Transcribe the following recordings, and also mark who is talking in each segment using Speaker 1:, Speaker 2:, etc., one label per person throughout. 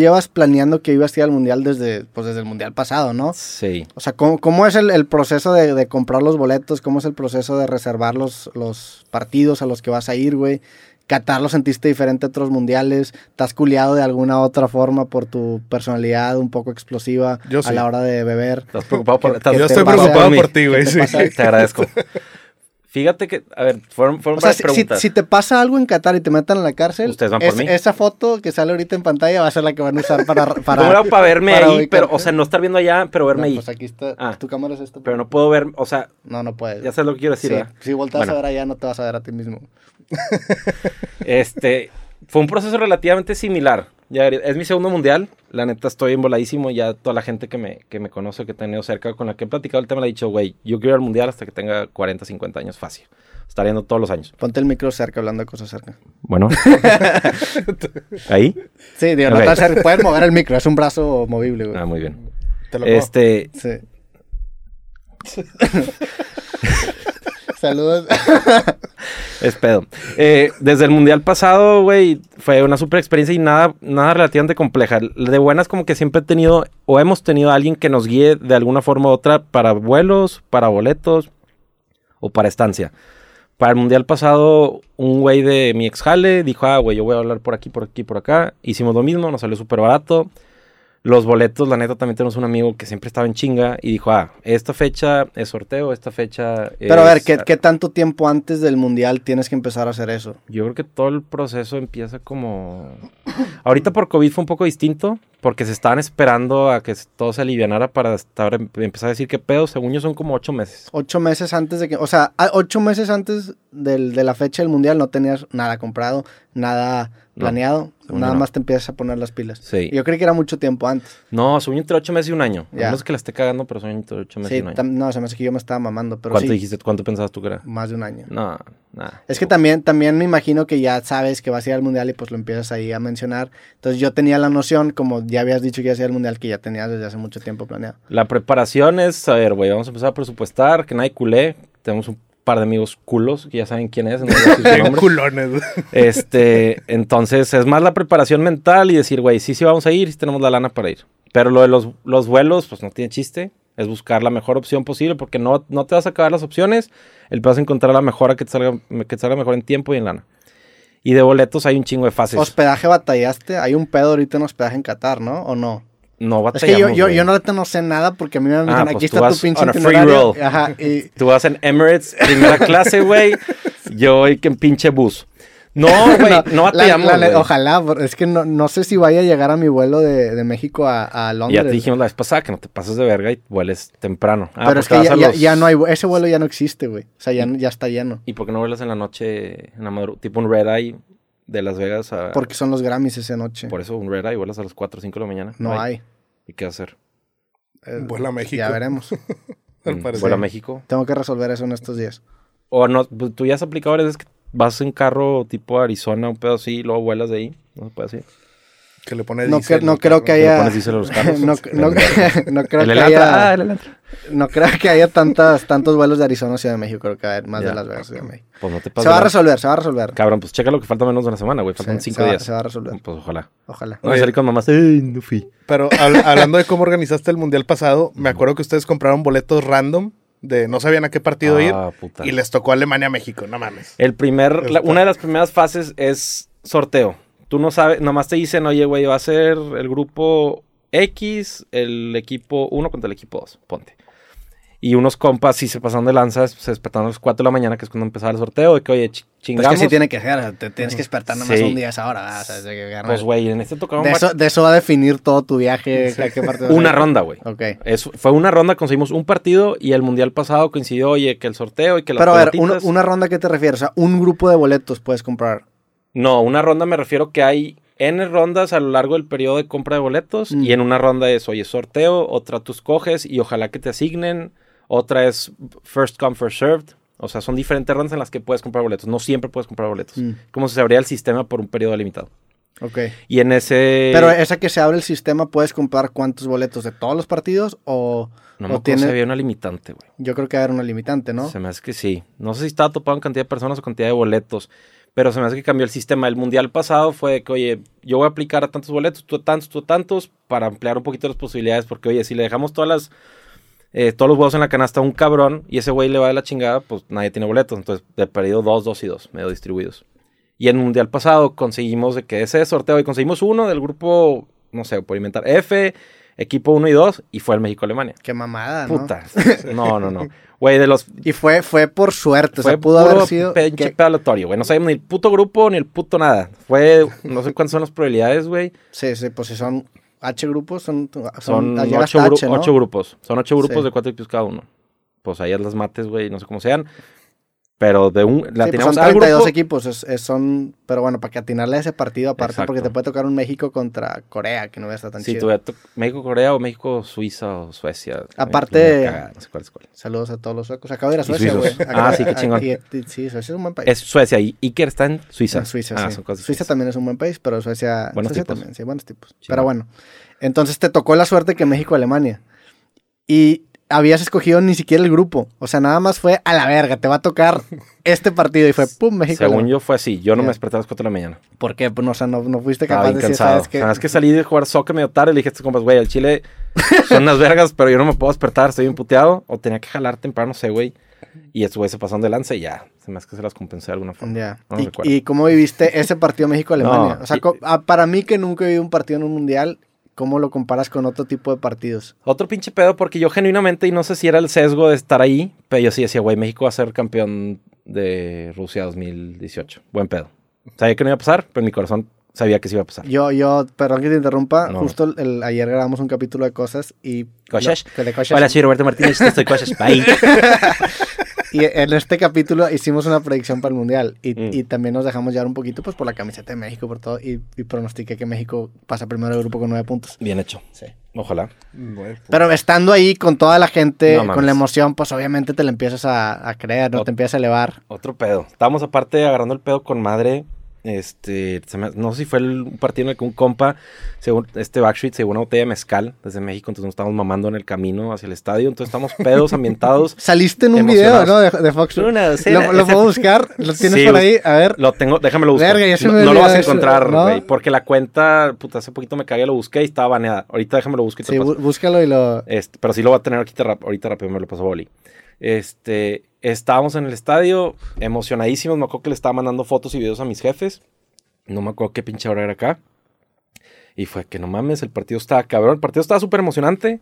Speaker 1: llevas planeando que ibas a ir al mundial desde, pues desde el mundial pasado, ¿no?
Speaker 2: Sí.
Speaker 1: O sea, ¿cómo, cómo es el, el proceso de, de comprar los boletos? ¿Cómo es el proceso de reservar los, los partidos a los que vas a ir, güey? Qatar lo sentiste diferente a otros mundiales. ¿Te has culiado de alguna otra forma por tu personalidad un poco explosiva
Speaker 3: Yo
Speaker 1: a
Speaker 3: sí.
Speaker 1: la hora de beber?
Speaker 2: Estás preocupado por... estás-
Speaker 1: que
Speaker 3: Yo
Speaker 1: te
Speaker 3: estoy
Speaker 1: pasa
Speaker 3: preocupado
Speaker 1: a mí.
Speaker 3: por ti, güey.
Speaker 1: te
Speaker 3: sí.
Speaker 1: pasa?
Speaker 2: Te agradezco. Fíjate que, a ver, fueron, fueron
Speaker 1: O sea,
Speaker 2: varias
Speaker 1: si, si-
Speaker 2: preguntas.
Speaker 1: si te pasa algo en Qatar y te metan en la cárcel,
Speaker 2: Ustedes van por
Speaker 1: es-
Speaker 2: mí.
Speaker 1: esa foto que sale ahorita en pantalla va a ser la que van a usar para... para
Speaker 2: No era para verme
Speaker 1: para
Speaker 2: ahí, pero,
Speaker 1: ubicarte.
Speaker 2: o sea, no estar viendo allá, pero verme
Speaker 1: No,
Speaker 2: ahí.
Speaker 1: Pues aquí está.
Speaker 2: Ah.
Speaker 1: Tu cámara es esta.
Speaker 2: Pero no puedo ver, o sea,
Speaker 1: No, no puedes.
Speaker 2: ya sabes lo que quiero decir,
Speaker 1: Sí,
Speaker 2: ¿verdad?
Speaker 1: si volteas
Speaker 2: Bueno.
Speaker 1: a ver allá, no te vas a ver a ti mismo.
Speaker 2: Este, fue un proceso relativamente similar. Ya es mi segundo mundial. La neta, estoy emboladísimo. Ya toda la gente que me, que me conoce, que he tenido cerca, con la que he platicado el tema, le he dicho, güey, yo quiero ir al mundial hasta que tenga 40, 50 años fácil. Estaré yendo todos los años.
Speaker 1: Ponte el micro cerca, hablando de cosas cerca.
Speaker 2: Bueno. Ahí.
Speaker 1: Sí, digo,
Speaker 2: Ok.
Speaker 1: no tan cerca. Puedes mover el micro, es un brazo movible, güey.
Speaker 2: Ah, muy bien.
Speaker 3: Te lo este...
Speaker 2: Este,
Speaker 1: Sí. Saludos.
Speaker 2: Es pedo. Eh, desde el mundial pasado, güey, fue una super experiencia y nada, nada relativamente compleja. De buenas, como que siempre he tenido o hemos tenido a alguien que nos guíe de alguna forma u otra para vuelos, para boletos o para estancia. Para el mundial pasado, un güey de mi ex jale dijo: Ah, güey, yo voy a hablar por aquí, por aquí, por acá. Hicimos lo mismo, nos salió súper barato. Los boletos, la neta, también tenemos un amigo que siempre estaba en chinga y dijo: Ah, esta fecha es sorteo, esta fecha.
Speaker 1: Pero a ver,
Speaker 2: es-
Speaker 1: ¿qué, ¿qué tanto tiempo antes del mundial tienes que empezar a hacer eso?
Speaker 2: Yo creo que todo el proceso empieza como... Ahorita por COVID fue un poco distinto, porque se estaban esperando a que todo se alivianara para estar, em- empezar a decir qué pedo. Según yo son como ocho meses.
Speaker 1: Ocho meses antes de que. O sea, a- ocho meses antes del- de la fecha del mundial no tenías nada comprado, nada
Speaker 2: No.
Speaker 1: planeado.
Speaker 2: Según yo
Speaker 1: nada
Speaker 2: no.
Speaker 1: más te empiezas a poner las pilas.
Speaker 2: Sí.
Speaker 1: Yo creí que era mucho tiempo antes.
Speaker 2: No, según yo entre ocho meses y un año. A
Speaker 1: Ya.
Speaker 2: menos que la esté cagando, pero son entre ocho meses y
Speaker 1: Sí,
Speaker 2: un año.
Speaker 1: tam- no, se me hace que yo me estaba mamando, pero
Speaker 2: ¿Cuánto
Speaker 1: sí,
Speaker 2: dijiste? ¿Cuánto pensabas tú que era?
Speaker 1: más de un año.
Speaker 2: No, nada.
Speaker 1: Es que también, también me imagino que ya sabes que vas a ir al mundial y pues lo empiezas ahí a mencionar. Entonces yo tenía la noción, como ya habías dicho que ibas a ir al mundial, que ya tenías desde hace mucho tiempo planeado.
Speaker 2: La preparación es, a ver, güey, vamos a empezar a presupuestar, que nadie culé. Tenemos un par de amigos culos, que ya saben quién es. no voy a decir su nombre.
Speaker 3: culones. güey.
Speaker 2: Este, entonces es más la preparación mental y decir, güey, sí, sí vamos a ir, sí tenemos la lana para ir. Pero lo de los, los vuelos, pues no tiene chiste. Es buscar la mejor opción posible porque no, no te vas a acabar las opciones. El vas a encontrar la mejora que te, salga, que te salga mejor en tiempo y en lana. Y de boletos hay un chingo de fases.
Speaker 1: Hospedaje batallaste, hay un pedo ahorita en hospedaje en Qatar, ¿no? ¿O no?
Speaker 2: no
Speaker 1: es que yo,
Speaker 2: batallamos,
Speaker 1: yo,
Speaker 2: güey.
Speaker 1: yo no, ahorita no sé nada porque a mí me dicen,
Speaker 2: Ah,
Speaker 1: aquí
Speaker 2: pues tú
Speaker 1: está tu
Speaker 2: vas
Speaker 1: pinche
Speaker 2: on a free
Speaker 1: itinerario.
Speaker 2: roll.
Speaker 1: Ajá, y
Speaker 2: Tú vas en Emirates, primera clase, güey. yo voy que en pinche bus. No, güey,
Speaker 1: la-
Speaker 2: no, batallamos,
Speaker 1: la- la-
Speaker 2: güey.
Speaker 1: Ojalá, por- es que no, no sé si vaya a llegar a mi vuelo de, de México a, a
Speaker 2: Y ya
Speaker 1: Londres.
Speaker 2: te dijimos la vez pasada que no te pases de verga y vueles temprano. Ah,
Speaker 1: Pero es
Speaker 2: porque
Speaker 1: que
Speaker 2: vas
Speaker 1: ya,
Speaker 2: a
Speaker 1: ya-
Speaker 2: los- Mm.
Speaker 1: ya no hay, vu- ese vuelo ya no existe, güey. O sea, ya, no- ya está lleno.
Speaker 2: ¿Y por qué no vuelas en la noche, en la madru- tipo un red eye de Las Vegas a...
Speaker 1: Porque son los Grammys esa noche.
Speaker 2: Por eso un red eye vuelas a las 4 o 5 de la mañana.
Speaker 1: No hay.
Speaker 2: ¿Y qué hacer?
Speaker 1: Eh,
Speaker 3: Vuela a México.
Speaker 1: Ya veremos.
Speaker 3: Al
Speaker 2: Mm,
Speaker 3: parecer.
Speaker 2: ¿Vuela a México?
Speaker 1: Tengo que resolver eso en estos días.
Speaker 2: O no, pues, tú ya has aplicado varias veces que vas en carro tipo Arizona, un pedo así, y luego vuelas de ahí. No se puede así.
Speaker 3: Que le pone
Speaker 1: No,
Speaker 3: diésel,
Speaker 1: cre- no
Speaker 3: güey,
Speaker 1: creo que
Speaker 3: cabrón.
Speaker 2: le
Speaker 1: haya.
Speaker 2: pones diésel a los carros.
Speaker 1: no, no- no creo
Speaker 2: el
Speaker 1: que
Speaker 2: Elantra, ah,
Speaker 1: haya.
Speaker 2: el Elantra.
Speaker 1: No creo que haya tantas, tantos vuelos de Arizona a Ciudad de México. Creo que va a haber más
Speaker 2: Ya.
Speaker 1: de Las Vegas a Ciudad de México.
Speaker 2: Pues no te pases.
Speaker 1: Se va a
Speaker 2: de-
Speaker 1: resolver, se va a resolver.
Speaker 2: Cabrón, pues checa lo que falta menos de una semana, güey. Faltan
Speaker 1: Sí,
Speaker 2: 5
Speaker 1: se va-
Speaker 2: días.
Speaker 1: se va a resolver.
Speaker 2: Pues ojalá.
Speaker 1: Ojalá.
Speaker 2: No voy a salir con mamás. "Ey, no fui.
Speaker 3: Pero hab- hablando de cómo organizaste el mundial pasado, me acuerdo que ustedes compraron boletos random de no sabían a qué partido
Speaker 2: Ah, Eh,
Speaker 3: ir
Speaker 2: puta.
Speaker 3: y les tocó Alemania-México. No mames.
Speaker 2: El primer, la-
Speaker 3: Está.
Speaker 2: una de las primeras fases es sorteo. Tú no sabes, nomás te dicen, oye, güey, va a ser el grupo X, el equipo 1 contra el equipo 2, ponte. Y unos compas sí se pasaron de lanzas, se despertaron a las 4 de la mañana, que es cuando empezaba el sorteo, de que, oye, chi-
Speaker 1: Pues
Speaker 2: chingamos.
Speaker 1: que sí tiene que ser. Te tienes que despertar nomás
Speaker 2: Sí.
Speaker 1: un día a esa hora. ¿verdad? O sea, de que ganar-
Speaker 2: Pues, güey, en este tocaron
Speaker 1: de,
Speaker 2: va-
Speaker 1: eso, de eso va a definir todo tu viaje. a qué parte vas a
Speaker 2: una
Speaker 1: ir.
Speaker 2: ronda, güey.
Speaker 1: Ok.
Speaker 2: Es- fue una ronda, conseguimos un partido y el mundial pasado coincidió, oye, que el sorteo y que las
Speaker 1: Pero a ver, una,
Speaker 2: pelotitas.
Speaker 1: una ronda, ¿a ¿qué te refieres? O sea, un grupo de boletos puedes comprar.
Speaker 2: No, una ronda me refiero que hay N rondas a lo largo del periodo de compra de boletos
Speaker 1: Mm.
Speaker 2: y en una ronda es, oye, sorteo, otra tú escoges y ojalá que te asignen, otra es first come, first served. O sea, son diferentes rondas en las que puedes comprar boletos. No siempre puedes comprar boletos.
Speaker 1: Mm.
Speaker 2: Como si se abría el sistema por un periodo limitado.
Speaker 1: Ok.
Speaker 2: Y en ese...
Speaker 1: Pero eh, esa que se abre el sistema, ¿puedes comprar cuántos boletos de todos los partidos? O,
Speaker 2: no
Speaker 1: o
Speaker 2: me acuerdo
Speaker 1: tiene-
Speaker 2: si había una limitante, güey.
Speaker 1: yo creo que va a haber una limitante, ¿no?
Speaker 2: Se me hace que sí. No sé si estaba topado en cantidad de personas o cantidad de boletos. Pero se me hace que cambió el sistema. El mundial pasado fue de que, oye, yo voy a aplicar a tantos boletos, tú a tantos, tú a tantos, para ampliar un poquito las posibilidades. Porque, oye, si le dejamos todas las, eh, todos los huevos en la canasta a un cabrón y ese güey le va de la chingada, pues nadie tiene boletos. Entonces, de perdido dos, dos y dos, medio distribuidos. Y en el mundial pasado conseguimos de que ese sorteo y conseguimos uno del grupo, no sé, por inventar F, equipo 1 y 2, y fue el México-Alemania.
Speaker 1: Qué mamada, Ah, ¿no?
Speaker 2: Puta. No, no, no. Güey, de los.
Speaker 1: Y fue, fue por suerte, o
Speaker 2: Fue
Speaker 1: sea, pudo
Speaker 2: puro
Speaker 1: haber sido...
Speaker 2: pinche
Speaker 1: que-
Speaker 2: pedo aleatorio, güey. No sabíamos ni el puto grupo ni el puto nada. Fue, no sé cuántas son las probabilidades, güey.
Speaker 1: Sí, sí, pues si son H grupos, son...
Speaker 2: Son
Speaker 1: ah, llegas
Speaker 2: ocho,
Speaker 1: a
Speaker 2: gru-
Speaker 1: H, ¿no?
Speaker 2: ocho grupos. Son ocho grupos
Speaker 1: Sí.
Speaker 2: de cuatro equipos cada uno. Pues ahí las mates, güey, no sé cómo sean. Pero de un. La
Speaker 1: Sí, pues
Speaker 2: tenemos
Speaker 1: son
Speaker 2: al
Speaker 1: 32
Speaker 2: grupo.
Speaker 1: equipos, es- es- son, pero bueno, para que atinarle a ese partido aparte,
Speaker 2: Exacto.
Speaker 1: porque te puede tocar un México contra Corea, que no va a estar tan
Speaker 2: Si
Speaker 1: chido.
Speaker 2: tuviera to- México-Corea o México-Suiza o Suecia.
Speaker 1: Aparte-
Speaker 2: Me caga, No sé cuál es cuál.
Speaker 1: Saludos a todos los suecos. Acabo de ir a
Speaker 2: Y
Speaker 1: Suecia, güey.
Speaker 2: suizos.
Speaker 1: Acabo-
Speaker 2: Ah, sí, qué chingón.
Speaker 1: y- y- sí, Suecia es un buen país.
Speaker 2: Es Suecia y Iker está en Suiza.
Speaker 1: En Suiza,
Speaker 2: Ah,
Speaker 1: sí.
Speaker 2: son cosas
Speaker 1: Suiza
Speaker 2: distintas.
Speaker 1: también es un buen país, pero Suecia,
Speaker 2: Buenos
Speaker 1: Suecia
Speaker 2: tipos.
Speaker 1: también, sí, buenos tipos.
Speaker 2: Sí.
Speaker 1: Pero bueno, entonces te tocó la suerte que México-Alemania. Y habías escogido ni siquiera el grupo. O sea, nada más fue a la verga, te va a tocar este partido. Y fue, pum, México.
Speaker 2: Según yo fue así. Yo no
Speaker 1: Ya.
Speaker 2: me desperté a las 4 de la mañana.
Speaker 1: ¿Por qué? Pues, no, o sea, no, no fuiste
Speaker 2: Estaba
Speaker 1: capaz
Speaker 2: bien
Speaker 1: de decir,
Speaker 2: cansado.
Speaker 1: ¿sabes
Speaker 2: Sabes
Speaker 1: qué?
Speaker 2: que... salí de jugar soccer medio tarde y le dije a estos compas, güey, al Chile son unas vergas, pero yo no me puedo despertar, estoy bien puteado. O tenía que jalar temprano, no sé, güey. Y estos güey se pasaron de lanza y ya. Se me hace que se las compensé de alguna forma.
Speaker 1: Ya.
Speaker 2: No
Speaker 1: ¿Y,
Speaker 2: recuerdo.
Speaker 1: y cómo viviste ese partido México-Alemania?
Speaker 2: No,
Speaker 1: o sea,
Speaker 2: y-
Speaker 1: co- ah, para mí que nunca he vivido un partido en un mundial, ¿cómo lo comparas con otro tipo de partidos?
Speaker 2: Otro pinche pedo, porque yo genuinamente, y no sé si era el sesgo de estar ahí, pero yo sí decía, güey, México va a ser campeón de Rusia 2018. Buen pedo. Sabía que no iba a pasar, pero en mi corazón sabía que sí iba a pasar.
Speaker 1: Yo, yo, perdón que te interrumpa,
Speaker 2: No.
Speaker 1: justo el, el- ayer grabamos un capítulo de cosas y...
Speaker 2: ¿Cosas?
Speaker 1: lo- de cosas.
Speaker 2: Hola, soy Roberto Martínez, esto estoy cosas. Bye.
Speaker 1: Y en este capítulo hicimos una predicción para el Mundial y,
Speaker 2: Mm.
Speaker 1: y también nos dejamos llevar un poquito pues por la camiseta de México, por todo, y, y pronostiqué que México pasa primero de grupo con nueve puntos.
Speaker 2: Bien hecho.
Speaker 1: Sí.
Speaker 2: Ojalá.
Speaker 3: Nueve puntos.
Speaker 1: Pero estando ahí con toda la gente,
Speaker 2: No
Speaker 1: con
Speaker 2: mames.
Speaker 1: la emoción, pues obviamente te la empiezas a, a creer, ¿no?
Speaker 2: Ot-
Speaker 1: Te empiezas a elevar.
Speaker 2: Otro pedo. Estábamos aparte agarrando el pedo con madre. Este, se me- no sé si fue el, un partido en el que un compa, según este Backstreet, se llevó una botella de mezcal desde México, entonces nos estábamos mamando en el camino hacia el estadio, entonces estamos pedos ambientados.
Speaker 1: Saliste en un video, ¿no?
Speaker 2: Emocionados.
Speaker 1: De, de Fox.
Speaker 2: Una docena.
Speaker 1: Lo, lo
Speaker 2: Ese-
Speaker 1: puedo buscar, lo tienes
Speaker 2: Sí,
Speaker 1: por
Speaker 2: güey.
Speaker 1: ahí, a ver.
Speaker 2: Lo tengo, déjamelo buscar.
Speaker 1: Verga, ya se
Speaker 2: no,
Speaker 1: me
Speaker 2: no lo
Speaker 1: olvidó
Speaker 2: vas a
Speaker 1: eso,
Speaker 2: encontrar,
Speaker 1: ¿no?
Speaker 2: güey, porque la cuenta, puta, hace poquito me cagué, lo busqué y estaba baneada. Ahorita déjame lo busco y te
Speaker 1: Sí,
Speaker 2: lo paso.
Speaker 1: bú- búscalo y lo...
Speaker 2: Este, pero sí lo va a tener aquí te rap- ahorita rápido, me lo pasó Boli. Este, estábamos en el estadio, emocionadísimos. Me acuerdo que le estaba mandando fotos y videos a mis jefes. No me acuerdo qué pinche hora era acá. Y fue que no mames, el partido estaba cabrón. El partido estaba súper emocionante.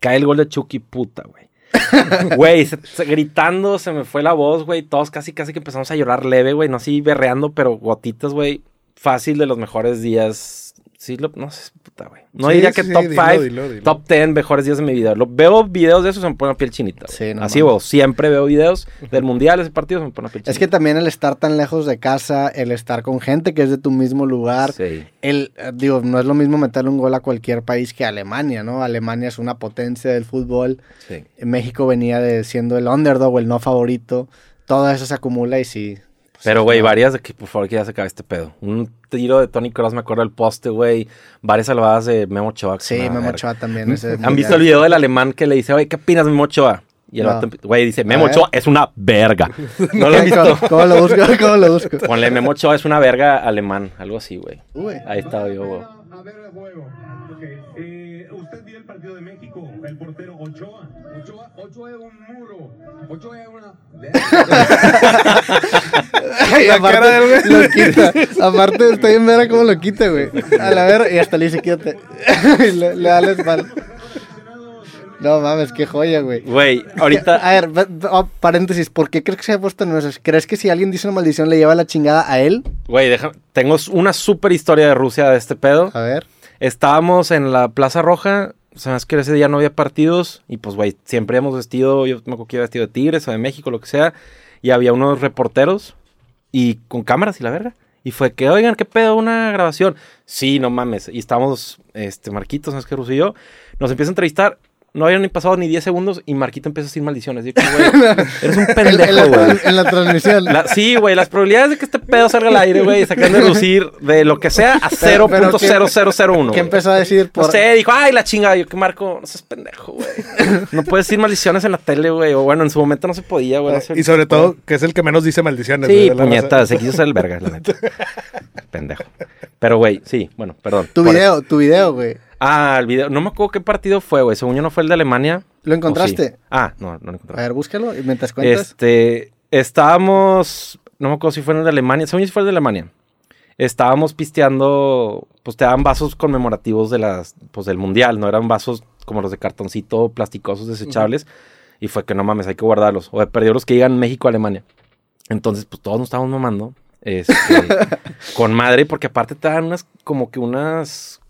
Speaker 2: Cae el gol de Chucky, puta, güey. Güey, se- se- gritando, se me fue la voz, güey. Todos casi, casi que empezamos a llorar leve, güey. No así berreando, pero gotitas, güey. Fácil de los mejores días. Sí, lo- no sé, puta, güey. No
Speaker 3: Sí,
Speaker 2: diría
Speaker 3: pues.
Speaker 2: que
Speaker 3: sí, sí,
Speaker 2: top
Speaker 3: dilo,
Speaker 2: 5,
Speaker 3: dilo, dilo.
Speaker 2: top 10 mejores días de mi vida. Lo- veo videos de eso, se me pone la piel chinita. güey.
Speaker 1: Sí, no
Speaker 2: Así,
Speaker 1: mames.
Speaker 2: güey. Siempre veo videos del mundial, ese partido, se me pone la piel
Speaker 1: Es que
Speaker 2: chinita.
Speaker 1: también el estar tan lejos de casa, el estar con gente que es de tu mismo lugar,
Speaker 2: Sí.
Speaker 1: el, eh, digo, no es lo mismo meterle un gol a cualquier país que a Alemania, ¿no? Alemania es una potencia del fútbol,
Speaker 2: Sí.
Speaker 1: México venía de siendo el underdog o el no favorito, todo eso se acumula y sí. pues,
Speaker 2: Pero,
Speaker 1: es
Speaker 2: güey,
Speaker 1: una-
Speaker 2: varias de que por favor que ya se acabe este pedo. Un tiro de Tony Cross, me acuerdo del poste, güey. Varias salvadas de Memo Ochoa. que
Speaker 1: Sí,
Speaker 2: son una
Speaker 1: Memo
Speaker 2: verga.
Speaker 1: Ochoa también. ese
Speaker 2: ¿Han
Speaker 1: mundial.
Speaker 2: visto el video del alemán que le dice, güey, ¿qué opinas de Memo Ochoa? Y el
Speaker 1: No.
Speaker 2: vato, güey, dice, Memo
Speaker 1: A ver.
Speaker 2: Ochoa es una verga. ¿No lo han visto?
Speaker 1: ¿Cómo, cómo lo busco? ¿Cómo lo busco?
Speaker 2: Ponle, Memo Ochoa es una verga alemán. Algo así, güey.
Speaker 1: Uy.
Speaker 2: Ahí estaba yo, güey.
Speaker 4: A ver el juego. Ok, eh, usted vio el partido de México, el portero Ochoa.
Speaker 5: Ochoa, Ochoa es un muro. Ochoa es una.
Speaker 1: Y
Speaker 3: La
Speaker 1: aparte,
Speaker 3: cara del güey.
Speaker 1: Lo quita. Aparte, estoy en vera cómo lo quita, güey. A la ver, y hasta le dice, quítate. Y le, le da la espalda. No mames, qué joya, güey.
Speaker 2: Güey, ahorita...
Speaker 1: A ver, ve- ve- oh, paréntesis, ¿por qué crees que se ha puesto en esos? ¿Crees que si alguien dice una maldición le lleva la chingada a él?
Speaker 2: Güey, deja- tengo una super historia de Rusia de este pedo.
Speaker 1: A ver.
Speaker 2: Estábamos en la Plaza Roja. O sea, es que ese día no había partidos. Y pues, güey, siempre hemos vestido. Yo me acuerdo que iba vestido de Tigres o de México, lo que sea. Y había unos reporteros. Y con cámaras y la verga. Y fue que, oigan, qué pedo, una grabación. Sí, no mames. Y estábamos, este, Marquitos, ¿sabes qué? Ruso y yo. Nos empieza a entrevistar. no habían ni pasado ni 10 segundos y Marquito empieza a decir maldiciones. Y yo, güey, eres un
Speaker 1: en, la,
Speaker 2: pendejo, güey.
Speaker 1: tra- en la transmisión.
Speaker 2: La- sí, güey, las probabilidades de que este pedo salga al aire, güey, sacan de lucir de lo que sea a
Speaker 1: Pero- pero ¿quién-
Speaker 2: 0.0001.
Speaker 1: ¿Qué
Speaker 2: güey.
Speaker 1: empezó a decir? Por...
Speaker 2: Usted dijo, ay, la chingada, yo que marco, no seas pendejo, güey. No puedes decir maldiciones en la tele, güey. O bueno, en su momento no se podía, güey. no sé.
Speaker 3: Ah, Y sobre todo, que es el que menos dice maldiciones. güey,
Speaker 2: Sí,
Speaker 3: de la
Speaker 2: puñeta,
Speaker 3: raza.
Speaker 2: se quiso hacer el verga, la neta. Pendejo. Pero, güey, sí, bueno, perdón.
Speaker 1: Tu
Speaker 2: Por-
Speaker 1: video, tu video, güey.
Speaker 2: Ah, el video. No me acuerdo qué partido fue, güey. Según yo no fue el de Alemania.
Speaker 1: ¿Lo
Speaker 2: ¿O
Speaker 1: encontraste?
Speaker 2: sí? Ah, no, no lo
Speaker 1: A
Speaker 2: encontré.
Speaker 1: ver, búscalo y mientras cuentas.
Speaker 2: Este, estábamos, no me acuerdo si fue en el de Alemania. Según yo sí fue el de Alemania. Estábamos pisteando, pues te daban vasos conmemorativos de las, pues del mundial. No eran vasos como los de cartoncito, plasticosos, desechables. Y fue que no mames, hay que guardarlos. O de perdió los que digan México-Alemania. Entonces, pues todos nos estábamos mamando. este, con madre, porque aparte te dan unas, como que unas,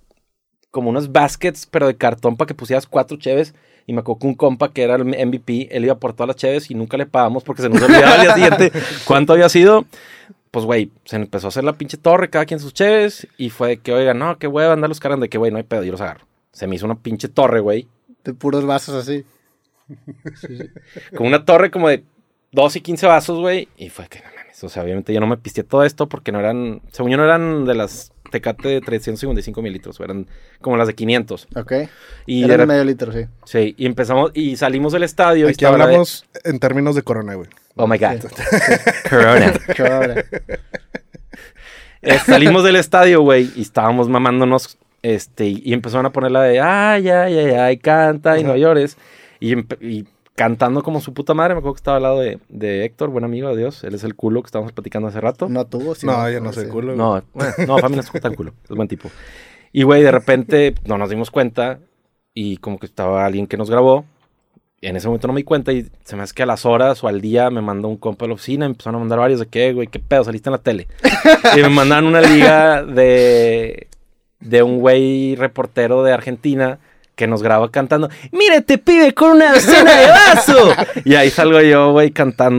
Speaker 2: como unas baskets, pero de cartón para que pusieras cuatro cheves. Y me acuerdo que un compa que era el MVP, él iba por todas las cheves y nunca le pagamos porque se nos olvidaba al día siguiente cuánto había sido. Pues, güey, se empezó a hacer la pinche torre, cada quien sus cheves. Y fue de que, oiga, no, qué hueva, andar los caras de que, güey, no hay pedo, yo los agarro. Se me hizo una pinche torre, güey.
Speaker 1: De puros vasos así.
Speaker 2: con una torre como de 12 y 15 vasos, güey. Y fue que no mames. O sea, obviamente yo no me pisteé todo esto porque no eran, según yo, no eran de las Tecate de 355 mililitros, eran como las de 500.
Speaker 1: Ok.
Speaker 2: Y,
Speaker 1: Era
Speaker 2: de
Speaker 1: de
Speaker 2: rep-
Speaker 1: medio litro, sí.
Speaker 2: sí, y empezamos y salimos del estadio. y
Speaker 3: Aquí
Speaker 2: estaba la de-
Speaker 3: hablamos en términos de corona, güey.
Speaker 2: oh my God. Corona.
Speaker 1: Qué hora.
Speaker 2: Eh, salimos del estadio, güey, y estábamos mamándonos, este, y, y empezaron a poner la de, ay, ay, ay, ay, canta y no llores, y, empe- y cantando como su puta madre, me acuerdo que estaba al lado de, de Héctor, buen amigo, adiós, él es el culo que estábamos platicando hace rato.
Speaker 1: No tuvo, sí.
Speaker 3: no, yo no soy
Speaker 1: sí.
Speaker 3: culo. güey.
Speaker 2: No, bueno, no, Fami no es tan culo, es buen tipo. Y güey, de repente no nos dimos cuenta y como que estaba alguien que nos grabó. Y en ese momento no me di cuenta y se me hace que a las horas o al día me mandó un compa de la oficina, me empezaron a mandar varios de que, güey, qué pedo, saliste en la tele. y me mandaron una liga de, de un güey reportero de Argentina que nos graba cantando, mírate pibe con una docena de vaso. y ahí salgo yo, güey, cantando